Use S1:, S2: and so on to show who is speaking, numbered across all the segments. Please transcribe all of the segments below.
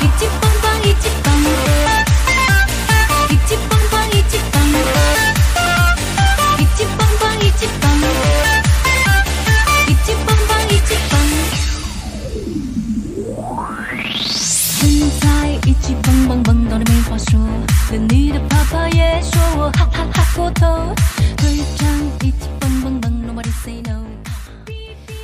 S1: 一级棒棒，一级棒，一级棒棒，一级棒，一级棒棒，一级棒，一级棒棒，一级棒。现在一级棒棒棒到你没话说，连你的爸爸也说我哈哈哈过头。队长一级棒棒棒，Nobody say no。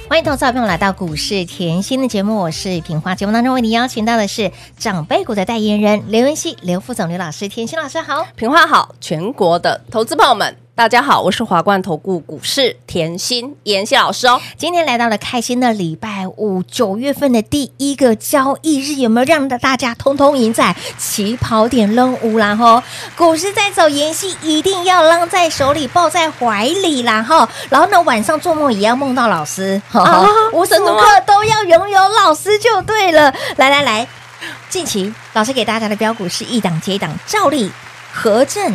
S2: 欢迎投资好朋友来到股市甜心的节目，我是品花。节目当中为你邀请到的是长辈股的代言人刘文熙、刘副总、刘老师、甜心老师好。
S3: 平花好，全国的投资朋友们，大家好，我是华冠投顾股市甜心妍希老师哦。
S2: 今天来到了开心的礼拜五，九月份的第一个交易日，有没有让大家通通赢在起跑点扔五啦吼？股市在走，妍希一定要浪在手里，抱在怀里啦吼。然后呢，晚上做梦也要梦到老师，吼吼无时无刻都要拥有老师就对了。来来来，近期老师给大家的标股是一档接一档，照例和正。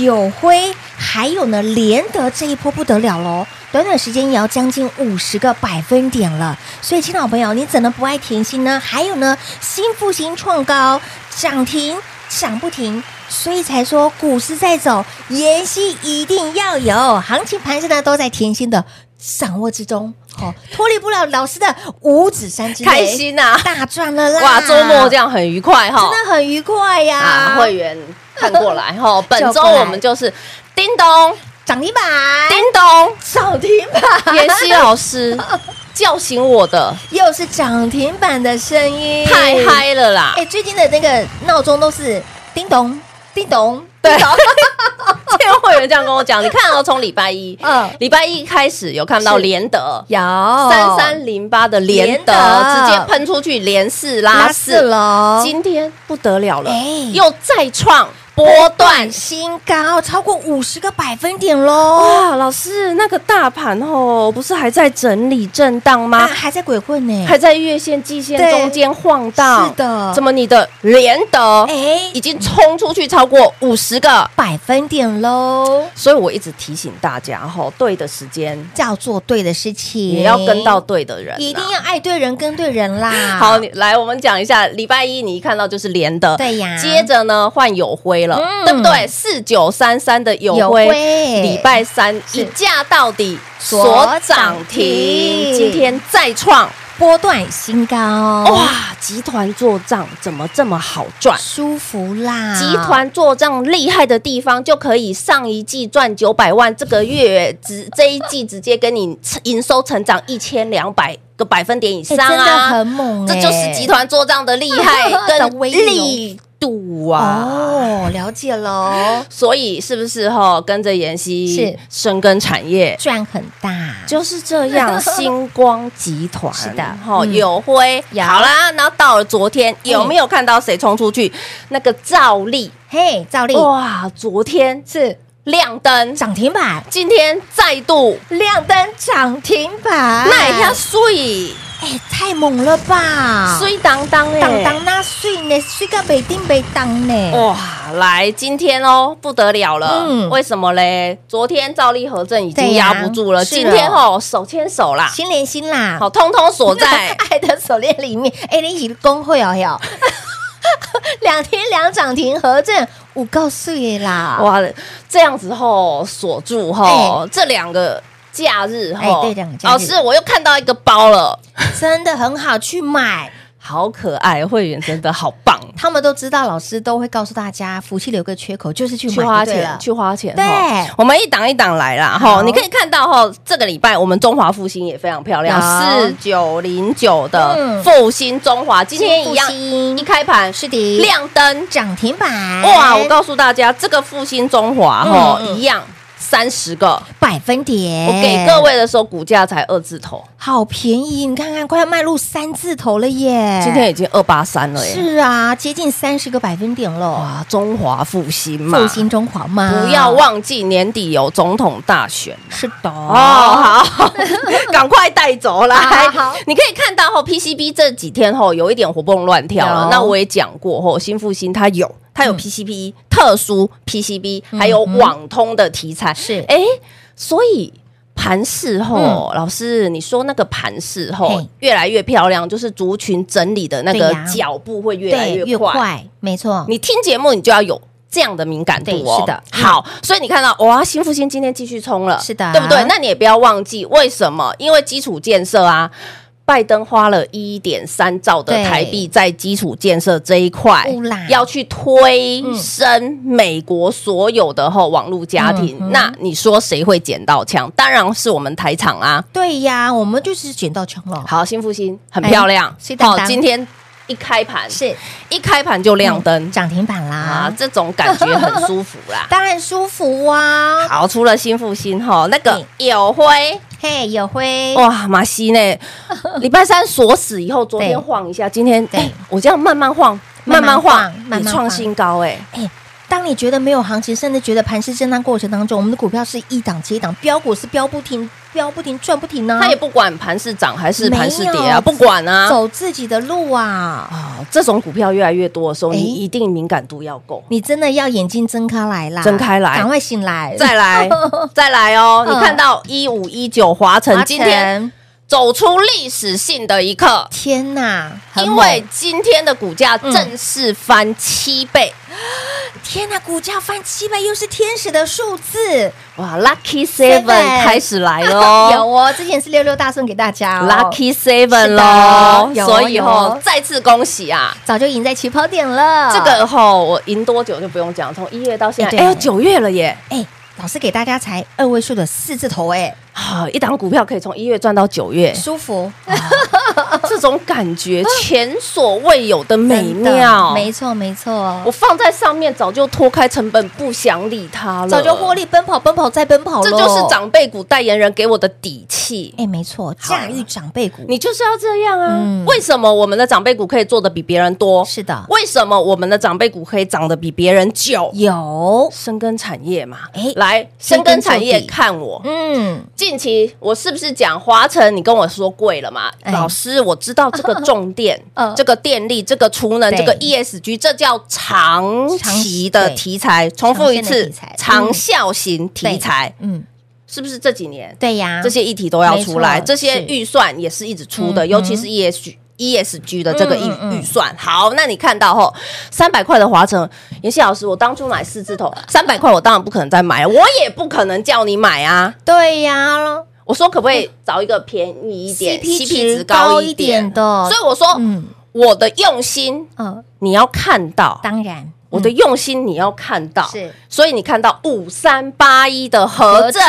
S2: 友辉，还有呢，联德这一波不得了喽，短短时间也要将近五十个百分点了。所以，亲老朋友，你怎能不爱甜心呢？还有呢，新复兴创高涨停涨不停，所以才说股市在走，妍希一定要有行情盘势呢，都在甜心的掌握之中，哦，脱离不了老师的五指山之内
S3: 开心啊
S2: 大赚了啦！
S3: 哇，周末这样很愉快哈、
S2: 真的很愉快呀、
S3: 啊，会员看过来哈、 本周
S2: 过来
S3: 我们就是叮咚
S2: 涨停板，
S3: 叮咚，
S2: 涨停板。
S3: 妍希 老师叫醒我的，
S2: 又是涨停板的声音，
S3: 太！嗨了啦！
S2: 哎，最近的那个闹钟都是叮咚叮咚，
S3: 对， 这个会员这样跟我讲，你看哦，从礼拜一，
S2: 嗯，
S3: 礼拜一开始有看到
S2: 是
S3: 联德。
S2: 有
S3: 三三零八的联德
S2: 联德
S3: 直接喷出去，连四
S2: 拉
S3: 拉
S2: 四
S3: 四
S2: 喽，
S3: 今天不得了了，
S2: 哦哎
S3: 又再创波段。
S2: 新高，超过五十个百分点喽，
S3: 哇，老师，那个大盘哦，不是还在整理震荡
S2: 啊，
S3: 吗？
S2: 还在鬼混呢，
S3: 还在月线、季线
S2: 对
S3: 中间晃荡。
S2: 是的
S3: 怎么你的联德
S2: 哎
S3: 已经冲出去超过五十个？
S2: 百分点喽，
S3: 所以我一直提醒大家吼，对的时间
S2: 叫做对的事情，
S3: 也要跟到，对的人啊，
S2: 一定要爱对人跟对人啦。
S3: 好，你来我们讲一下，礼拜一你一看到就是连的，
S2: 对呀
S3: 接着呢换友辉了，
S2: 嗯
S3: 对不对？四九三三的友
S2: 友
S3: 辉，
S2: 辉
S3: 礼拜三一价到底
S2: 锁
S3: 锁
S2: 涨
S3: 涨
S2: 停哦
S3: 停，今天再创
S2: 波段新高，
S3: 哇！集团做账怎么这么好赚？
S2: 舒服啦，
S3: 集团做账厉害的地方，就可以上一季赚九百万，这个月 直这一季直接跟你营收成长一千两百个百分点以
S2: 哎
S3: 上
S2: 真的
S3: 啊，
S2: 很猛，哎
S3: 这就是集。团做账的厉害
S2: 的
S3: 跟
S2: 威力
S3: 力度啊。
S2: 哦，了解 喽，
S3: 所以是不是哈、跟着妍希
S2: 是
S3: 深耕产业？
S2: 赚很大，
S3: 就是这样，星光集 团
S2: 是的
S3: 哈、
S2: 嗯
S3: 友辉
S2: 有嗯
S3: 好啦，然后到了昨天，有没有看到谁冲出去？那个赵丽
S2: 嘿，照例
S3: 哇，昨天
S2: 是
S3: 亮灯，
S2: 涨停板，
S3: 今天再度
S2: 亮灯涨停板，
S3: 那也要碎
S2: 哎，太猛了吧！
S3: 碎当当哎，
S2: 啊当当那碎呢，碎个北丁北当
S3: 哦
S2: 呢，
S3: 哇，来今天哦，不得了了，
S2: 嗯
S3: 为什么嘞？昨天赵丽和正已
S2: 对
S3: 经
S2: 呀
S3: 压不住了，
S2: 是
S3: 今
S2: 了
S3: 天哦手牵手啦，
S2: 心连心啦，
S3: 好，通通锁在
S2: 爱的手链里面，哎，你一起工会哦 哟，两天两涨停合正五告碎啦，
S3: 哇，这样子吼锁住吼、这两个。假日吼，
S2: 哎对两个假日
S3: 老师，我又看到一个包了，
S2: 真的很好去买。
S3: 好可爱，会员真的好棒，
S2: 他们都知道，老师都会告诉大家，福气留个缺口，就是去买
S3: 去花
S2: 就对
S3: 钱
S2: 了，
S3: 去花钱，
S2: 对
S3: 吼我们一档一档来啦，
S2: 好
S3: 吼，你可以看到吼，这个礼拜我们中华复兴也非常漂亮，
S2: 有
S3: 四九零九的
S2: 嗯
S3: 复兴中华，今天一样
S2: 复兴
S3: 一开盘
S2: 是的，
S3: 亮灯，
S2: 涨停板，
S3: 哇！我告诉大家，这个复兴中华吼
S2: 哎嗯嗯哎
S3: 一样。三十个，
S2: 百分点，
S3: 我给各位的时候股价才二字头，
S2: 好便宜，你看看，快要迈入三字头了耶！
S3: 今天已经二八三了耶。
S2: 哎是啊，接近三十个百分点了，
S3: 哇，中华复兴嘛，
S2: 复兴中华嘛，
S3: 不要忘记年底有总统大选。
S2: 是的
S3: 哦，好， 赶快带走来
S2: 好好。
S3: 你可以看到后 PCB 这几天后有一点活蹦乱跳了
S2: 有。
S3: 那我也讲过后，新复兴它有，它有
S2: 嗯
S3: PCB 特殊 PCB，
S2: 嗯
S3: 还有
S2: 嗯
S3: 网通的题材。
S2: 是
S3: 哎，所以盘市后，老师你说那个盘市后
S2: 嗯嘿
S3: 越来越漂亮，就是族群整理的那
S2: 对
S3: 个
S2: 呀
S3: 脚步会越来
S2: 对，
S3: 越
S2: 越
S3: 快。
S2: 快，没错，
S3: 你听节目你就要有这样的敏感度
S2: 对
S3: 哦。
S2: 是的
S3: 好，所以你看到哇，新复兴今天继续冲了，
S2: 是的
S3: 对不对？那你也不要忘记为什么？因为基础建设啊。拜登花了一点三兆的
S2: 对
S3: 台币在基础建设这一块
S2: 乌啦，
S3: 要去推升美国所有的后网络家庭。
S2: 嗯嗯
S3: 那你说谁会捡到枪？当然是我们台厂啊！
S2: 对呀，我们就是捡到枪了，
S3: 好，新复兴很
S2: 哎
S3: 漂亮，
S2: 水当当
S3: 今天一开盘
S2: 是
S3: 一开盘就亮灯，
S2: 涨停板啦
S3: 啊，，这种感觉很舒服啦。
S2: 当然舒服啊，
S3: 好，除了新复兴哈，那个
S2: 嗯
S3: 友辉
S2: 嘿，有辉，
S3: 哇，马西 呢？礼拜三锁死以后，昨天晃一下，今天
S2: 对
S3: 哎，我这样慢慢晃，
S2: 慢
S3: 慢
S2: 慢
S3: 慢
S2: 晃
S3: 晃，
S2: 慢慢
S3: 你
S2: 晃
S3: 创新高哎，
S2: 哎，当你觉得没有行情，甚至觉得盘势震荡过程当中，我们的股票是一档接一档，标股是标不停，标不停，赚不停呢、
S3: 他也不管盘是涨还是盘是跌
S2: 嗯没有
S3: 啊，不管啊。
S2: 走自己的路啊！
S3: 啊，这种股票越来越多的时候，
S2: 哎
S3: 你一定敏感度要 够。
S2: 你真的要眼睛睁开来啦，
S3: 睁开来
S2: 赶快醒来，
S3: 再来，再来哦！
S2: 嗯
S3: 你看到一五一九华
S2: 华
S3: 晨今天
S2: 晨
S3: 走出历史性的一刻，
S2: 天哪，很
S3: 因
S2: 猛
S3: 为今天的股价正式翻七倍，
S2: 天哪，股价翻七倍，又是天使的数字，
S3: 哇，Lucky
S2: Seven
S3: Seven 开始来了
S2: 有
S3: 哦。
S2: 哦，之前是六六大顺给大家、哦、
S3: Lucky
S2: 是
S3: Seven
S2: 的
S3: 喽，
S2: 有哦
S3: 所以
S2: 有
S3: 吼
S2: 哦，
S3: 再次恭喜啊！
S2: 早就赢在起跑点了，
S3: 这个吼，我赢多久就不用讲，啊从一月到现
S2: 哎
S3: 在，
S2: 对
S3: 哎呦，九月了耶！
S2: 哎。老师给大家才二位数的四字头，哎，
S3: 啊，一档股票可以从一月赚到九 月，
S2: 舒服，
S3: 哦啊这种感觉前所未有的美
S2: 真的
S3: 妙。
S2: 没错没错
S3: 我，放在上面早就脱开成本，不想理它了，
S2: 早就获利奔跑，奔跑再奔跑
S3: 嗯这
S2: 咯
S3: 就是长辈股代言人给我的底气。
S2: 哎，没错，驾驭长辈股，
S3: 你就是要这样啊！
S2: 嗯
S3: 为什么我们的长辈股可以做的比别人多？
S2: 是的
S3: 为什么我们的长辈股可以涨得比别人久？
S2: 有，
S3: 深耕产业嘛，
S2: 哎
S3: 来
S2: 深
S3: 深
S2: 耕
S3: 耕
S2: 产
S3: 产
S2: 业
S3: 业看我。
S2: 嗯，
S3: 近期我是不是讲华晨？你跟我说贵了嘛？
S2: 哎
S3: 老师，我知道这个重电
S2: 嗯，
S3: 这个电力，这个储能，
S2: 对
S3: 这个 ESG，这叫长期的题材。重复一次，
S2: 长
S3: 长
S2: 线
S3: 效型题材，
S2: 嗯，
S3: 是不是这几年
S2: 对呀，
S3: 这些议题都要出来，
S2: 啊没错
S3: 这些
S2: 是
S3: 预算也是一直出
S2: 嗯
S3: 的，
S2: 嗯
S3: 尤其是 E ESG。ESG 的这个预
S2: 嗯嗯嗯
S3: 预算，好，那你看到后三百块的华晨，妍希老师，我当初买四字头，三百块我当然不可能再买，我也不可能叫你买啊。
S2: 对呀咯，
S3: 我说可不可以找一个便宜一点
S2: CP 值高
S3: 高
S2: 一
S3: 一
S2: 点
S3: 点
S2: 的
S3: 所以我说，
S2: 嗯
S3: 我的用心
S2: 嗯，
S3: 你要看到，
S2: 当然，
S3: 我的用心你要看到，
S2: 嗯是，
S3: 所以你看到五三八一的
S2: 合
S3: 合
S2: 正
S3: 正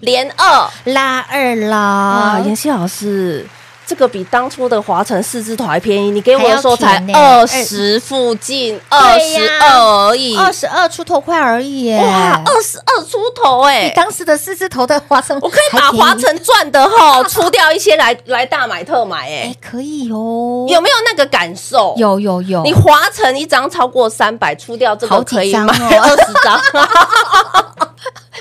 S3: 连二，
S2: 拉二
S3: 啊，
S2: 啦，
S3: 妍希老师，这个比当初的华晨四字头还便宜，你给我的时候
S2: 还要
S3: 才
S2: 便宜
S3: 二十附近，二
S2: 对
S3: 十
S2: 呀
S3: 二而已，
S2: 二十二出头块而已耶，
S3: 哇，二十二出头哎、
S2: 比当时的四字头的华晨，
S3: 我可以把华晨赚的吼出掉一些来 来大买特买
S2: 哎
S3: 哎、
S2: 可以哦，
S3: 有没有那个感受？。
S2: 有有有，
S3: 你华晨一张超过三百，出掉这
S2: 好
S3: 个
S2: 几
S3: 可以
S2: 张
S3: 买
S2: 哦
S3: 二十张，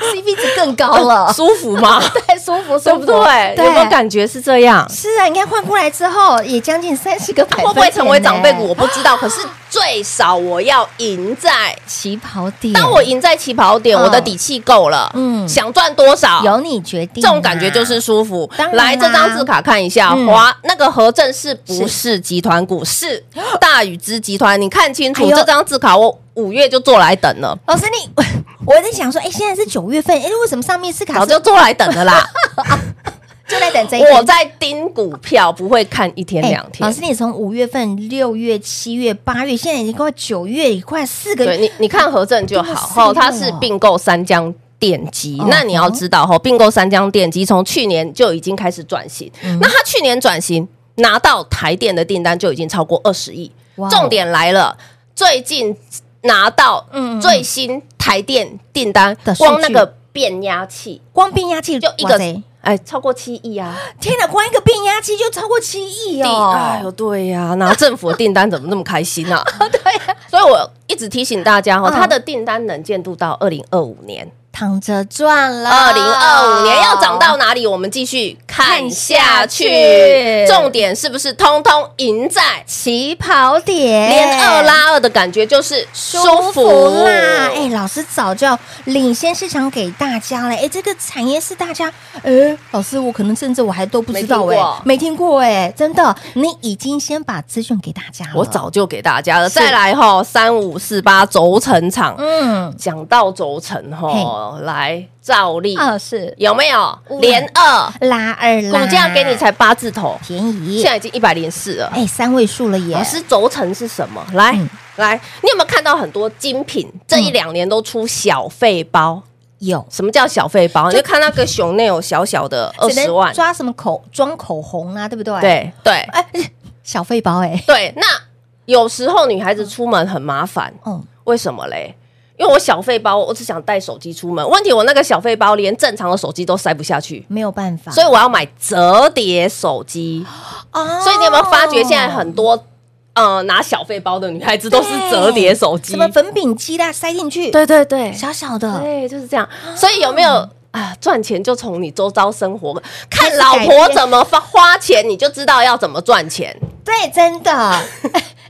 S2: CP 值更高 了，
S3: 舒服吗？
S2: 太 舒服，
S3: 哦对
S2: 舒
S3: 不
S2: 服，
S3: 对？有没有？感觉是这样？
S2: 是啊，你看换过来之后也将近三十个百分
S3: 会
S2: 点
S3: 不
S2: 呢，
S3: 会成为长辈股？我不知道，可是最少我要赢在
S2: 起跑点？
S3: 当我赢在起跑点，
S2: 嗯
S3: 我的底气够了，
S2: 嗯
S3: 嗯，想赚多少
S2: 由你决定
S3: 这
S2: 啊，
S3: 种感觉就是舒服
S2: 当。然
S3: 来，
S2: 啦
S3: 这张字卡看一下，
S2: 嗯
S3: 华那个和正是不是集团股？是 大宇资集团，你看清
S2: 哎
S3: 楚
S2: 呦
S3: 这张字卡，我五月就做来等了，
S2: 老师你， 我在想说，哎，现在是九月份，哎，为什么上面是卡
S3: 早
S2: 是
S3: 就做来等 了啦。
S2: 就在等这一
S3: 我
S2: 天？
S3: 在盯股票，不会看一天
S2: 哎
S3: 两
S2: 老
S3: 天
S2: 师，。你从五月份、六月、七月、八月，现在已经快九月，快四个
S3: 对
S2: 月，
S3: 你，你看和正就
S2: 这么
S3: 好，
S2: 四个
S3: 后它
S2: 月
S3: 是
S2: 哦
S3: 并购三江。电机
S2: 哦，
S3: 那你要知道吼，并购三江电机从去年就已经开始转型。
S2: 嗯
S3: 那它去年转型拿到台电的订单就已经超过二十亿
S2: 哇哦。
S3: 重点来了，最近拿到
S2: 嗯嗯嗯
S3: 最新台电订单
S2: 的，数据
S3: 光那个变压器，
S2: 光变压器
S3: 就一个
S2: 哇塞
S3: 哎超过七亿啊！
S2: 天哪，光一个变压器就超过七亿哦！
S3: 哎呦，对呀、拿政府的订单怎么那么开心 啊？对、所以我一直提醒大家哈、
S2: 嗯
S3: 它的订单能见度到二零二五年，
S2: 躺着赚了，
S3: 二零二五年要涨到哪里？我们继续看下
S2: 看下去
S3: 去，重点是不是通通赢在
S2: 起跑点，
S3: 连二拉二的感觉就是舒
S2: 舒
S3: 服
S2: 服啦！哎、老师早就要领先市场给大家了。哎、这个产业是大家，哎、老师我可能甚至我还都不知道哎、
S3: 没听过
S2: 没听过哎、真的，你已经先把资讯给大家了。
S3: 我早就给大家了，
S2: 是
S3: 再来哈，三五四八轴承厂，
S2: 嗯
S3: 讲到轴承哈，来照例
S2: 二啊是
S3: 有没有
S2: 哇
S3: 连二
S2: 拉二啦，
S3: 股价给你才八字头，
S2: 便宜
S3: 现，在已经一百零四了。
S2: 哎、三位数了耶！
S3: 老师，轴承是什么？来
S2: 嗯
S3: 来，你有没有看到很多精品？这一两年都出小费包，
S2: 有
S3: 什么叫小费包？你就看那个熊内有小小的二
S2: 只能
S3: 十万，
S2: 抓什么口装口红啊，对不对？，
S3: 对对
S2: 哎、小费包哎、
S3: 对。那有时候女孩子出门很麻烦，
S2: 嗯，
S3: 为什么嘞？因为我小费包，我只想带手机出门。问题我那个小费包连正常的手机都塞不下去，
S2: 没有办法，
S3: 所以我要买折叠手机。
S2: 哦
S3: 所以你有没有发觉现在很多呃拿小费包的女孩子都是折叠手机
S2: 什？么粉饼机啦塞进去，
S3: 对对对，
S2: 小小的，
S3: 对，就是这样。所以有没有啊？赚钱就从你周遭生活，看
S2: 始
S3: 老
S2: 改
S3: 婆
S2: 变
S3: 怎么花花钱，你就知道要怎么赚钱。
S2: 对，真的，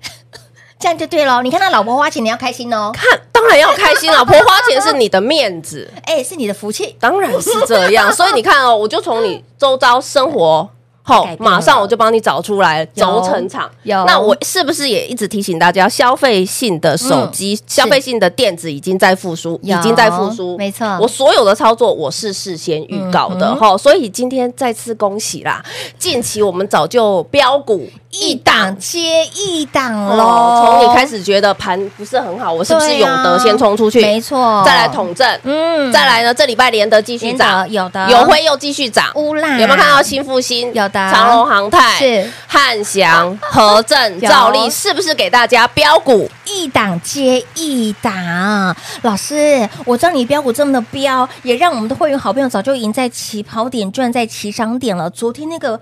S2: 这样就对喽。你看他老婆花钱，你要开心哦。
S3: 看，当然要开心，老婆花钱是你的面子。
S2: 哎，是你的福气，
S3: 当然是 这样，所以你看哦，我就从你周遭生活。好
S2: 改，变了
S3: 马上我就帮你找出来
S2: 有
S3: 轴承厂。
S2: 有
S3: 那我是不是也一直提醒大家，消费性的手机、消费性的电子已经在复苏，
S2: 嗯有
S3: 已经在复苏，
S2: 没错
S3: 我所有的操作我是事先预告的
S2: 嗯
S3: 哈、所以今天再次恭喜啦！近期我们早就标股
S2: 一档接一档
S3: 哦
S2: 喽。
S3: 从你开，始觉得盘不是很好，我是不是
S2: 对
S3: 永
S2: 啊
S3: 德先冲出去？
S2: 没错，
S3: 再来，统正，
S2: 嗯
S3: 再来呢，这礼拜联德继续
S2: 连
S3: 涨
S2: 的，有的
S3: 友辉又继续涨，
S2: 乌啦，
S3: 有没有看到？新复兴？
S2: 啊嗯有的啊
S3: 长隆航太
S2: 是
S3: 汉翔、和正、
S2: 有
S3: 兆利，是不是给大家标股？
S2: 一档接一档，老师，我知道你标股这么的标，也让我们的会员好朋友早就赢在起跑点，赚在起涨点了。昨天那个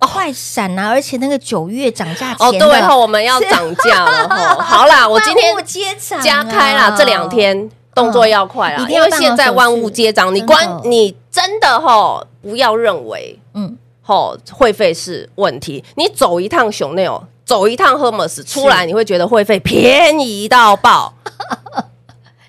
S2: 快闪啊，而且那个九月涨价前
S3: 哦，
S2: 的
S3: 对吼，我们要涨价了吼。好啦，我今天
S2: 万物皆涨啊
S3: 加开啦，这两天动作要快
S2: 嗯
S3: 啦
S2: 一，定
S3: 因
S2: 要
S3: 为现在万物皆涨，你
S2: 真
S3: 关
S2: 的哦
S3: 你真的吼，不要认为
S2: 嗯，
S3: 吼会费是问题，你走一趟熊内哦，走一趟 Hermes 出来，你会觉得会费便宜到爆。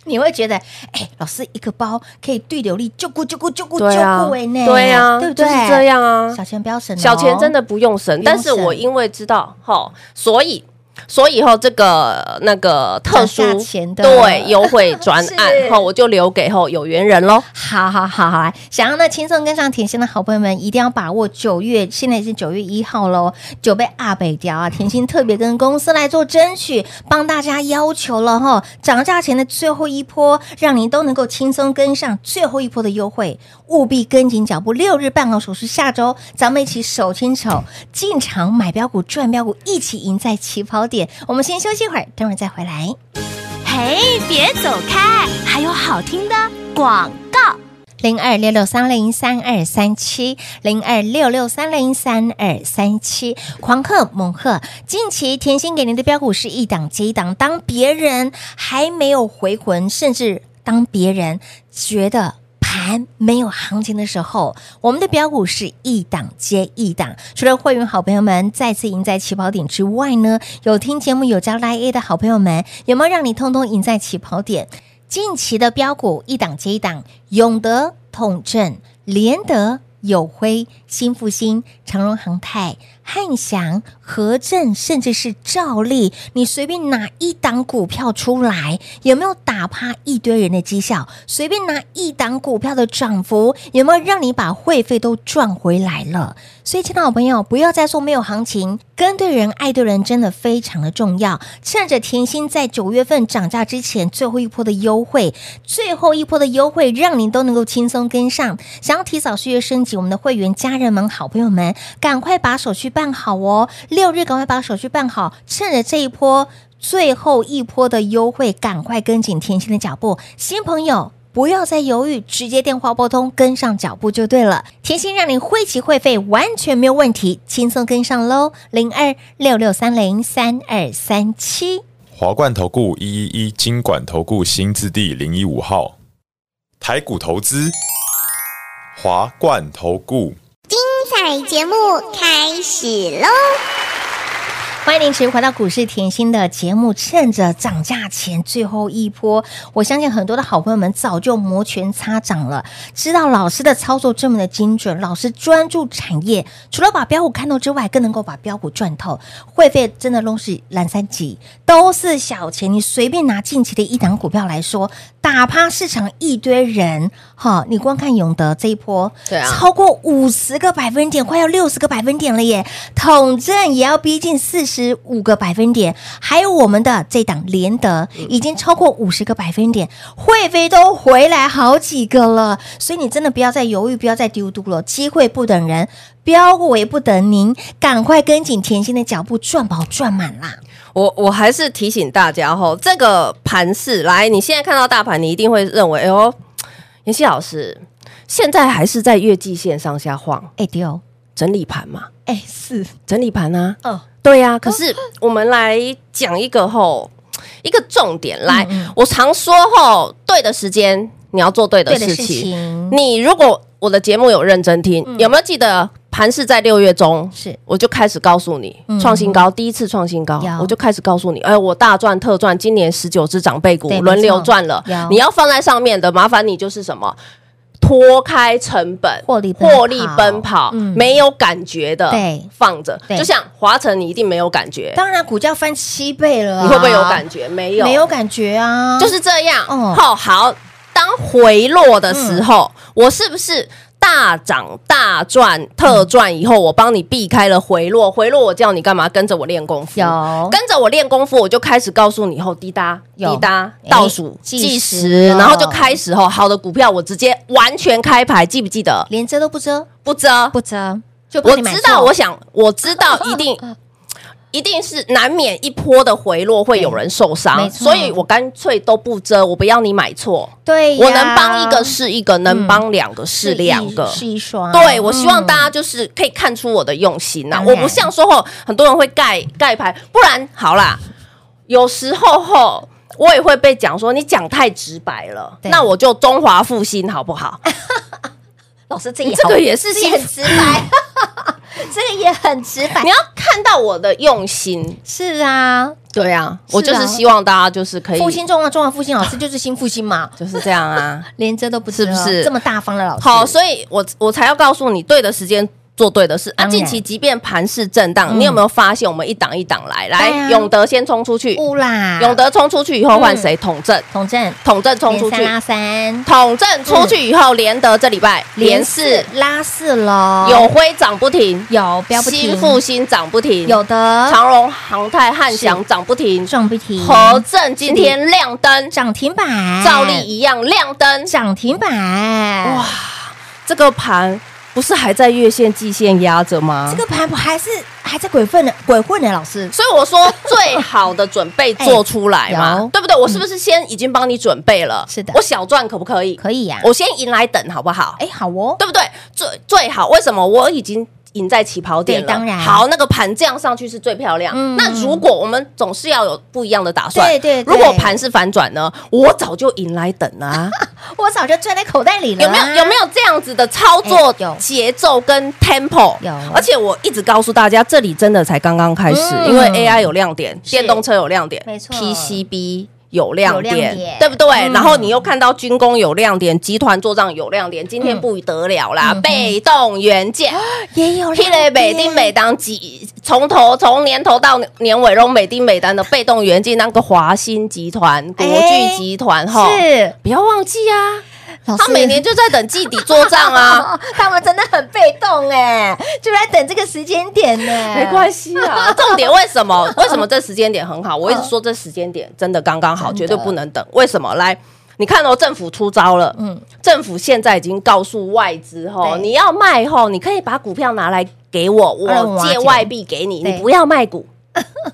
S2: 你会觉得，哎，老师一个包可以对流利就顾就顾就顾就
S3: 对啊
S2: 顾为呢，
S3: 对啊
S2: 对不对？
S3: 就是这样啊
S2: 小钱不要省哦，
S3: 小钱真的不用省
S2: 不，用
S3: 但
S2: 省
S3: 是我因为知道哈，所以所以哈这个那个特殊
S2: 涨价前的
S3: 对优惠 专
S2: 是
S3: 案哈，我就留给哈有缘人喽。
S2: 好好好好，想要呢轻松跟上甜心的好朋友们，一定要把握九月，现在已经九月一号喽，九倍阿北雕啊，甜心特别跟公司来做争取，帮大家要求了哈，涨价前的最后一波，让您都能够轻松跟上最后一波的优惠，务必跟紧脚步。六日办好手续，下周咱们一起手牵手进场买标股、赚标股，一起赢在起跑点。我们先休息一会儿，等会儿再回来。
S4: 嘿，别走开，还有好听的广告。
S2: 零二六六三零三二三七，零二六六三零三二三七，狂贺猛贺！近期甜心给您的标股是一档接一档，当别人还没有回魂，甚至当别人觉得。盘没有行情的时候，我们的标股是一档接一档。除了会员好朋友们再次赢在起跑点之外呢，有听节目有加 Line A 的好朋友们，有没有让你通通赢在起跑点？近期的标股一档接一档，永德、统正、联德、友辉、新复兴、长荣航太、汉翔、和正，甚至是兆利，你随便拿一档股票出来，有没有打趴一堆人的绩效？随便拿一档股票的涨幅，有没有让你把会费都赚回来了？所以，亲爱的朋友，不要再说没有行情，跟对人、爱对人真的非常的重要。趁着甜心在九月份涨价之前最后一波的优惠，最后一波的优惠，让您都能够轻松跟上。想要提早续约升级，我们的会员家人们、好朋友们，赶快把手续办好哦！六日赶快把手续办好，趁着这一波。最后一波的优惠，赶快跟紧甜心的脚步。新朋友不要再犹豫，直接电话拨通，跟上脚步就对了。甜心让你汇齐会费完全没有问题，轻松跟上喽，零二六六三零三二三七。
S5: 华冠投顾一一一金管投顾新字第零一五号，台股投资，华冠投顾。
S6: 彩节目开始喽！
S2: 欢迎您持续回到股市甜心的节目，趁着涨价前最后一波，我相信很多的好朋友们早就摩拳擦掌了，知道老师的操作这么的精准，老师专注产业，除了把标股看透之外，更能够把标股赚透。会费真的都是懒三级，都是小钱，你随便拿近期的一档股票来说，打趴市场一堆人，哈，你光看永德这一波，
S3: 对啊
S2: 超过五十个百分点，快要六十个百分点了耶！统证也要逼近四十五个百分点，还有我们的这档联德
S3: 嗯
S2: 已经超过五十个百分点，会飞都回来好几个了，所以你真的不要再犹豫，不要再丢丢了，机会不等人，标股也不等您，赶快跟紧甜心的脚步，赚饱赚满啦！
S3: 我我还是提醒大家吼，这个盘势来，你现在看到大盘，你一定会认为，哎呦，妍希老师现在还是在月季线上下晃，
S2: 哎丢，
S3: 整理盘嘛，
S2: 哎是，
S3: 整理盘啊，
S2: 哦，
S3: 对呀、可是我们来讲一个吼，一个重点来，
S2: 嗯
S3: 我常说吼，对的时间你要做对的
S2: 对的
S3: 事
S2: 事
S3: 情。
S2: 情嗯
S3: 你如果我的节目有认真听，有没有记得盘是在六月中？
S2: 是
S3: 我就开始告诉你
S2: 嗯
S3: 创新高，第一次创新高
S2: 有，
S3: 我就开始告诉你，哎，我大赚特赚，今年十九只长辈股
S2: 对
S3: 轮
S2: 没
S3: 流
S2: 错
S3: 赚了
S2: 有。
S3: 你要放在上面的，麻烦你就是什么？脱开成本，
S2: 获利奔跑
S3: 获利奔跑，
S2: 嗯
S3: 没有感觉的
S2: 对
S3: 放着，
S2: 对
S3: 就像华晨，你一定没有感觉，
S2: 当然股价翻七倍了啊、
S3: 你会不会有感觉？没有，
S2: 没有感觉啊，
S3: 就是这样。
S2: 哦
S3: 哦，好，当回落的
S2: 嗯
S3: 时候，我是不是大涨大赚特
S2: 嗯
S3: 赚以后，我帮你避开了回落？回落我叫你干嘛？跟着我练功夫。
S2: 有
S3: 跟着我练功夫，我就开始告诉你以后滴答滴
S2: 有
S3: 答
S2: 哎
S3: 倒数
S2: 计
S3: 计
S2: 时
S3: 时，
S2: 了
S3: 然后就开始吼，好的股票我直接完全开牌，记不记得？
S2: 连遮都不遮，
S3: 不遮，
S2: 不遮，就怕
S3: 我
S2: 你买
S3: 知
S2: 错
S3: 道，我想我知道， 一定一定是难免一波的回落会有人受
S2: 对
S3: 伤
S2: 嗯没，错
S3: 所以我干脆都不遮，我不要你买错，
S2: 对哎呀，
S3: 我能帮一个是一个，能帮两个是
S2: 一
S3: 两个。
S2: 是一双，嗯
S3: 对，我希望大
S2: 家
S3: 家就是可以看出我的用心呐、
S2: 当然
S3: 我不像说吼，很多人会盖盖牌，不然好啦，有时候吼。我也会被讲说你讲太直白了，
S2: 对
S3: 那我就中华复兴好不好？
S2: 老师这
S3: 你
S2: 也
S3: 这
S2: 好
S3: 个也是
S2: 这也
S3: 幸
S2: 很直白， 这个也很直白
S3: 你，要看到我的用心，
S2: 是啊，
S3: 对啊，
S2: 是啊
S3: 我就是希望大家就是可以
S2: 复兴中华中华复啊兴老师就是新复兴嘛，
S3: 哎就是这样 啊。
S2: 连遮都不遮
S3: 是不是
S2: 这么大方的老师？
S3: 好，所以我我才要告诉你，对的时间做对的事啊。
S2: 当然嗯
S3: 近期即便盘势震荡，你有没有发现我们一档一档来？来，
S2: 对啊
S3: 永德先冲出去，
S2: 不啦，
S3: 永德冲出去以后换谁？统正，
S2: 统正
S3: 统正冲
S2: 连
S3: 出去
S2: 三，啊拉三，
S3: 统正出去以后，联德这礼拜连四
S2: 拉嗯四喽，
S3: 有辉涨不停，
S2: 有标不停
S3: 新，复兴涨不停，
S2: 有的
S3: 长荣、航太、汉翔涨不停，
S2: 撞不停，
S3: 和正今天亮灯，
S2: 涨停板，
S3: 照例一样亮灯。
S2: 涨停板，
S3: 哎
S2: 哇！
S3: 这个盘不是还在月线、季线压着吗
S2: 这？个盘还是还在鬼混呢，鬼混呢，老师。
S3: 所以我说最好的准备做出来
S2: 哎
S3: 嘛，
S2: 有
S3: 对不对？我是不是先已经帮你准备了？
S2: 是的
S3: 我小赚可不可以？啊
S2: 可以呀、
S3: 我先赢来等好不好？
S2: 哦哎，好哦，
S3: 对不对？最最好，为什么我已经？赢在起跑点了，
S2: 对当然
S3: 好，那个盘这样上去是最漂亮。
S2: 嗯
S3: 那如果我们总是要有不一样的打算，
S2: 对对对
S3: 如果盘是反转呢，我早就赢来等啦、啊。
S2: 我早就攥在口袋里了、
S3: 有没有有没有这样子的操作
S2: 啊哎有
S3: 节奏跟 tempo？
S2: 有
S3: 而且我一直告诉大家，这里真的才刚刚开始，
S2: 嗯
S3: 因为 AI 有亮点，
S2: 是
S3: 电动车有亮点，
S2: 没错
S3: PCB。有亮
S2: 有亮
S3: 点
S2: 点，
S3: 对不对？
S2: 嗯
S3: 然后你又看到军工有亮点，集团做账有亮点，今天不得了啦！
S2: 嗯
S3: 被动元件，
S2: 也有
S3: 霹雷美丁美当几从头从年头到年尾，用美丁美单的被动元件，那个华兴集团、国
S2: 哎
S3: 巨集团，哈、
S2: 是
S3: 不要忘记啊！
S2: 老师，
S3: 他每年就在等季底做账啊，
S2: 哦， 他们真的很被动哎，就在等这个时间点呢。
S3: 没关系 啊。重点为什么？为什么这时间点很好？我一直说这时间点真的刚刚好，绝对不能等。为什么？来，你看哦，政府出招了，
S2: 嗯
S3: 嗯，政府现在已经告诉外资吼，
S2: 对
S3: 你要卖吼，你可以把股票拿来给我，
S2: 二五
S3: 我
S2: 啊
S3: 借
S2: 姐
S3: 外币给你，
S2: 对
S3: 你不要卖股。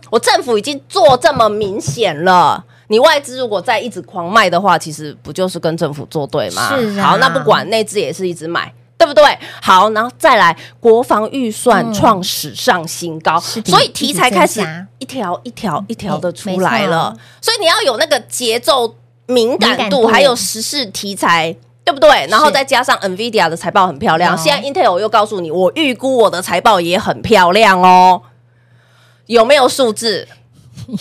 S3: 我政府已经做这么明显了。你外资如果再一直狂卖的话，其实不就是跟政府作对吗？
S2: 是啊
S3: 好，那不管内资也是一直买。对不对？好，然后再来，国防预算创史上新高，
S2: 的
S3: 所以题材开始
S2: 嗯一直增加嗯
S3: 一条一条一条的
S2: 没
S3: 出来了
S2: 没。
S3: 所以你要有那个节奏敏感度，
S2: 敏感度
S3: 还有时事题材。对不对？然后再加上 Nvidia 的财报很漂亮，
S2: 有
S3: 现在 Intel 又告诉你，我预估我的财报也很漂亮哦。有没有数字？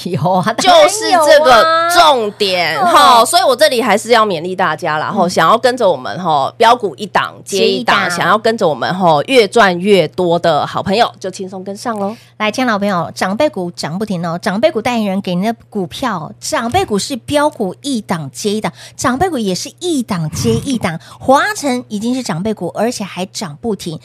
S2: 有啊，
S3: 就
S2: 当然
S3: 是
S2: 有
S3: 这个
S2: 啊
S3: 重点
S2: 嗯
S3: 哈、所以我这里还是要勉励大家啦，然后、想要跟着我们哈，标股一档接一
S2: 接一
S3: 档，
S2: 档
S3: 想要跟着我们哈，越赚越多的好朋友就轻松跟上喽。
S2: 来，亲爱的老朋友，长辈股涨不停哦，长辈股代言人给您的股票，长辈股是标股一档接一档，长辈股也是一档接一档。华晨已经是长辈股，而且还涨不停。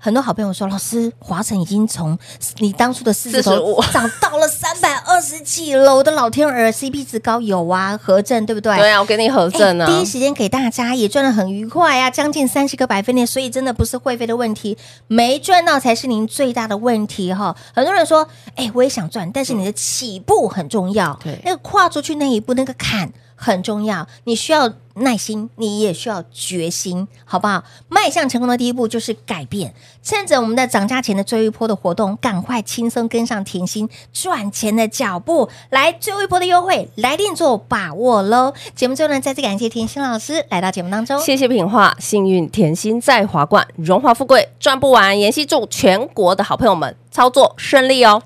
S2: 很多好朋友说，老师，华晨已经从你当初的四十头
S3: 45
S2: 涨到了三百二十几了，我的老天儿，CP 值高有啊，合正对不对？
S3: 对啊，我给你核证啊。
S2: 哎第一时间给大家也赚的很愉快啊，将近三十个百分点，所以真的不是会费的问题，没赚到才是您最大的问题哈。很多人说，哎，我也想赚，但是你的起步很重要，
S3: 对
S2: 那个跨出去那一步，那个坎很重要，你需要耐心，你也需要决心，好不好？迈向成功的第一步就是改变，趁着我们的涨价前的最后一波的活动，赶快轻松跟上甜心赚钱的脚步，来最后一波的优惠，来电做把握喽！节目最后呢，再次感谢甜心老师来到节目当中。
S3: 谢谢品画，幸运甜心在华冠，荣华富贵赚不完。妍希祝全国的好朋友们操作顺利哦。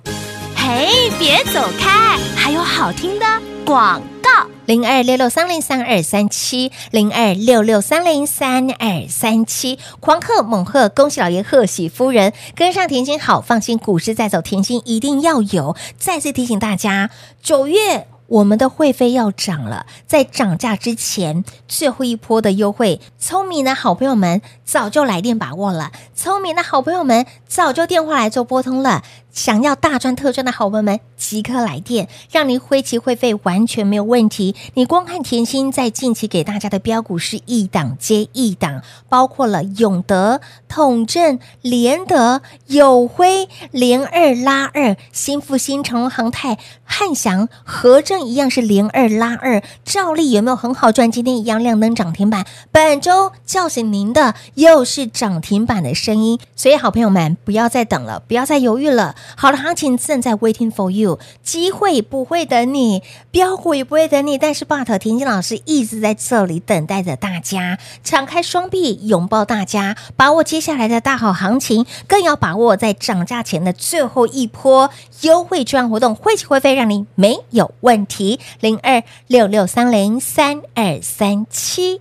S4: 嘿，别走开，还有好听的广告。
S2: 零二六六三零三二三七，零二六六三零三二三七，狂贺猛贺，恭喜老爷，贺喜夫人，跟上甜心好，放心，股市在走，甜心一定要有。再次提醒大家，九月。我们的会费要涨了，在涨价之前最后一波的优惠，聪明的好朋友们早就来电把握了，聪明的好朋友们早就电话来做拨通了，想要大赚特赚的好朋友们，即刻来电，让您挥旗会费完全没有问题。你光看甜心在近期给大家的标股是一档接一档，包括了永德、统正、联德、友辉、联二拉二、新复兴、长隆航泰、汉翔、和正一样是联二拉二，照例有没有很好赚？今天一样亮灯涨停板，本周叫醒您的又是涨停板的声音，所以好朋友们不要再等了，不要再犹豫了。好的行情正在 waiting for you，机会不会等你，标股也不会等你。但是 but 田心老师一直在这里等待着大家，敞开双臂拥抱大家，把握接下来的大好行情，更要把握在涨价前的最后一波优惠券活动，汇起会费让您没有问题。零二六六三零三二三七。